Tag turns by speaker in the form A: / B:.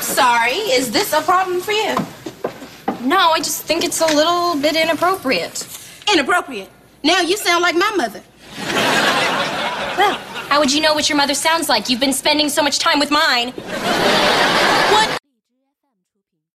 A: sorry. Is this a problem for you?
B: No, I just think it's a little bit inappropriate.
A: Inappropriate. Now you sound like my mother.
B: Well, how would you know what your mother sounds like? You've been spending so much time with mine.
A: What